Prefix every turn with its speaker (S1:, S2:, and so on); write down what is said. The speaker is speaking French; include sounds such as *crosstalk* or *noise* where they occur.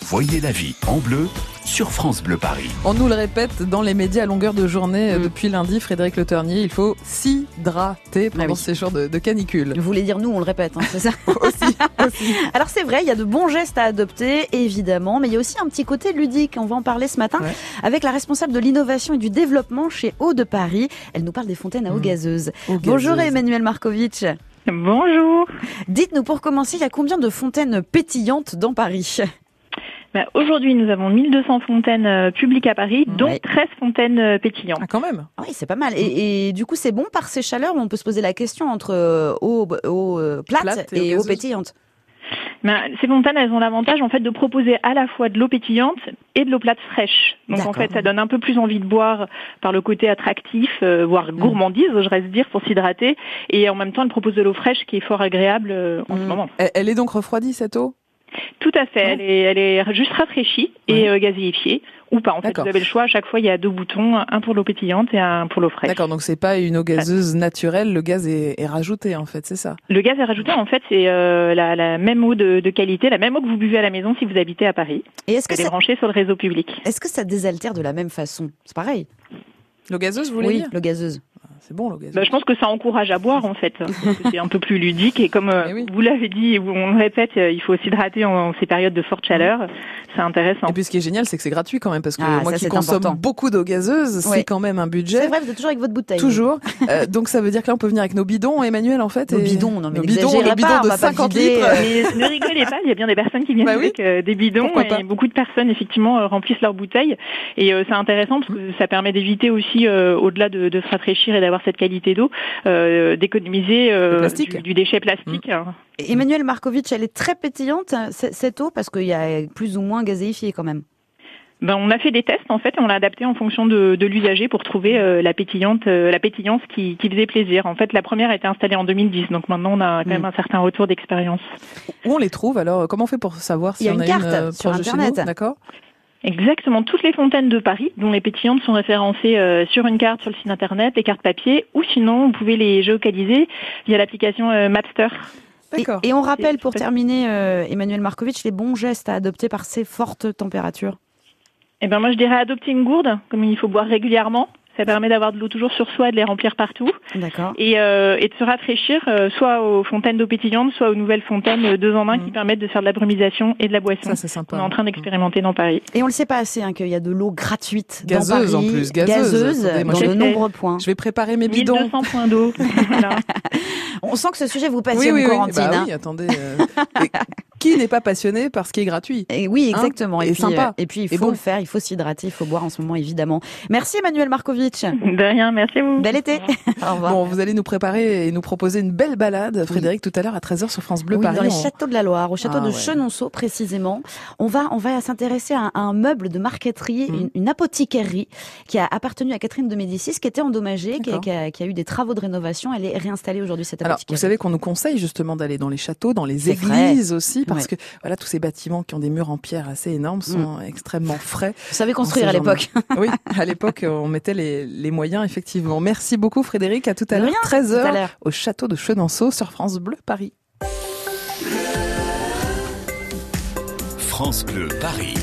S1: Voyez la vie en bleu sur France Bleu Paris.
S2: On nous le répète dans les médias à longueur de journée euh,
S3: Mm.
S2: depuis lundi, Frédéric Le Ternier, il faut s'hydrater pendant
S3: Ah oui.
S2: ces jours de, de canicule.
S3: Vous voulez dire nous, on le répète, hein, c'est ça
S2: *laughs* Aussi, aussi.
S3: Alors c'est vrai, il y a de bons gestes à adopter, évidemment, mais il y a aussi un petit côté ludique. On va en parler ce matin
S2: Ouais.
S3: avec la responsable de l'innovation et du développement chez Eau de Paris. Elle nous parle des fontaines à eau
S2: Mmh.
S3: gazeuse.
S2: Aux
S3: Bonjour
S2: gazeuses.
S3: Emmanuel Markovitch.
S4: Bonjour.
S3: Dites-nous pour commencer, il y a combien de fontaines pétillantes
S2: *laughs*
S3: dans Paris
S4: Ben, Aujourd'hui, nous avons 1200 fontaines euh, publiques à Paris, dont
S3: Ouais.
S4: 13 fontaines euh, pétillantes.
S2: Ah quand même
S3: Ah Oui, c'est pas mal.
S2: Mmh.
S3: Et, et du coup, c'est bon par ces chaleurs, on peut se poser la question entre euh, eau, eau euh, plate,
S2: Plate et eau
S3: et, eau
S2: gazeuse.
S3: pétillante.
S4: Ben, ces fontaines, elles ont l'avantage en fait de proposer à la fois de l'eau pétillante et de l'eau plate fraîche. Donc en
S3: D'accord.
S4: fait, ça donne un peu plus envie de boire par le côté attractif, euh, voire
S3: Mm.
S4: gourmandise, j'aurais dire, pour s'hydrater. Et en même temps, elle propose de l'eau fraîche qui est fort agréable euh, en ce
S3: Mm.
S4: moment.
S2: Elle, elle est donc refroidie cette eau
S4: Tout à fait. Elle, est, elle est juste rafraîchie et euh, gazéifiée ou pas. En fait,
S2: D'accord.
S4: vous avez le choix. À chaque fois, il y a deux boutons, un pour l'eau pétillante et un pour l'eau fraîche.
S2: D'accord, donc c'est pas une eau gazeuse naturelle, le gaz est, est rajouté en fait, c'est ça
S4: Le gaz est rajouté, en fait, c'est euh, la, la même eau de, de qualité, la même eau que vous buvez à la maison si vous habitez à Paris.
S3: Et est-ce que,
S4: Elle est
S3: ça,
S4: branchée sur le réseau public.
S3: est-ce que ça désaltère de la même façon C'est pareil.
S2: L'eau gazeuse, vous voulez
S3: Oui,
S2: dire
S3: le gazeuse.
S2: C'est bon l'eau gazeuse.
S4: Bah, je pense que ça encourage à boire, en fait. hein, parce que c'est un peu plus ludique et comme euh,
S2: Eh oui.
S4: vous l'avez dit, et on le répète, euh, il faut s'hydrater en, en ces périodes de forte chaleur. C'est intéressant.
S2: Et puis ce qui est génial, c'est que c'est gratuit quand même, parce que
S3: Ah,
S2: moi
S3: ça,
S2: qui
S3: c'est
S2: consomme
S3: important.
S2: beaucoup d'eau gazeuse,
S3: Ouais.
S2: c'est quand même un
S3: C'est
S2: budget.
S3: vrai, vous êtes toujours avec votre bouteille. *laughs*
S2: Toujours. Euh, donc ça veut dire que là, on peut venir avec nos bidons, Emmanuel, en fait.
S3: Nos
S2: et-
S3: bidons, non mais
S2: nos bidons,
S3: n'exagérez
S2: nos bidons
S3: pas, on
S2: de
S3: va pas
S2: 50
S3: vider,
S2: litres.
S3: euh,
S4: Mais ne rigolez pas, il y a bien des personnes qui viennent
S2: Bah oui.
S4: avec euh, des bidons
S2: Pourquoi pas.
S4: et beaucoup de personnes effectivement euh, remplissent leurs bouteilles et euh, c'est intéressant parce que ça permet d'éviter aussi, euh, au-delà de, de se rafraîchir et d'avoir cette qualité d'eau, euh, d'économiser euh,
S2: Le plastique. Mm.
S4: du, du déchet plastique. hein.
S3: Emmanuel Markovitch, elle est très pétillante, c- cette eau, parce qu'il y a plus ou moins gazéifié quand même.
S4: Ben, on a fait des tests en fait et on l'a adapté en fonction de, de l'usager pour trouver euh, la pétillante, euh, la pétillance qui, qui faisait plaisir. En fait, la première a été installée en 2010, donc maintenant on a quand
S3: Mm.
S4: même un certain retour d'expérience.
S2: Où on les trouve alors Comment on fait pour savoir si
S3: Il y a
S2: on
S3: une
S2: a
S3: carte
S2: une euh,
S3: sur
S2: proche de chez
S3: Internet.
S2: nous D'accord.
S4: Exactement, toutes les fontaines de Paris, dont les pétillantes sont référencées euh, sur une carte, sur le site internet, les cartes papier, ou sinon vous pouvez les géocaliser via l'application euh, Mapster.
S3: Et,
S2: D'accord.
S3: et on rappelle pour
S4: Super.
S3: terminer, euh, Emmanuel Markovitch, les bons gestes à adopter par ces fortes températures.
S4: Et ben moi je dirais adopter une gourde, comme il faut boire régulièrement. Ça permet d'avoir de l'eau toujours sur soi, de les remplir partout,
S3: D'accord.
S4: et, euh, et de se rafraîchir euh, soit aux fontaines d'eau pétillante, soit aux nouvelles fontaines euh, deux en main
S2: Mhm.
S4: qui permettent de faire de la brumisation et de la boisson.
S2: Ça, c'est sympa.
S4: On est en train d'expérimenter dans Paris.
S3: Et on le sait pas assez hein, qu'il y a de l'eau gratuite
S2: Gazeuse,
S3: dans
S2: en
S3: Paris,
S2: plus, gazeuse. Attendez, moi,
S3: dans
S4: j'ai
S3: de
S4: fait-
S3: nombreux points.
S2: Je vais préparer mes bidons.
S4: 1200 points d'eau. *laughs* Voilà.
S3: On sent que ce sujet vous
S2: Oui,
S3: passionne,
S2: oui, oui.
S3: Corentine.
S2: Bah
S3: hein.
S2: oui, attendez.
S3: *laughs*
S2: euh, et qui n'est pas passionné par ce qui est gratuit
S3: Et oui, exactement.
S2: Hein
S3: et,
S2: Et
S3: puis,
S2: sympa.
S3: euh, et puis, il faut
S2: Et bon.
S3: le faire, il faut s'hydrater, il faut boire en ce moment, évidemment. Merci, Emmanuel Markovitch.
S4: De rien, merci à vous.
S3: Bel été. Au revoir.
S2: Bon, vous allez nous préparer et nous proposer une belle balade, Frédéric, tout à l'heure à 13h sur France Bleu
S3: Oui,
S2: Paris.
S3: dans les
S2: on-
S3: châteaux de la Loire, au château
S2: Ah
S3: de
S2: ouais.
S3: Chenonceau précisément. On va, on va s'intéresser à, un- à un meuble de marqueterie,
S2: Mhm.
S3: une, une apothicairie qui a appartenu à Catherine de Médicis, qui était endommagée, qui a,
S2: D'accord.
S3: qui a- qui a eu des travaux de rénovation. Elle est réinstallée aujourd'hui, cette
S2: Alors, vous
S3: apothicairie.
S2: savez qu'on nous conseille justement d'aller dans les châteaux, dans les
S3: C'est
S2: églises aussi, parce
S3: Ouais.
S2: que voilà, tous ces bâtiments qui ont des murs en pierre assez énormes sont
S3: Mm.
S2: extrêmement frais.
S3: Vous savez construire
S2: On
S3: à
S2: sait
S3: l'époque.
S2: Oui, à l'époque, on mettait les, les moyens, effectivement. Merci beaucoup, Frédéric. À tout à
S3: De
S2: l'heure,
S3: rien, tout à
S2: 13h,
S3: l'heure.
S2: au château de Chenonceau, sur France Bleu, Paris.
S1: France Bleu Paris.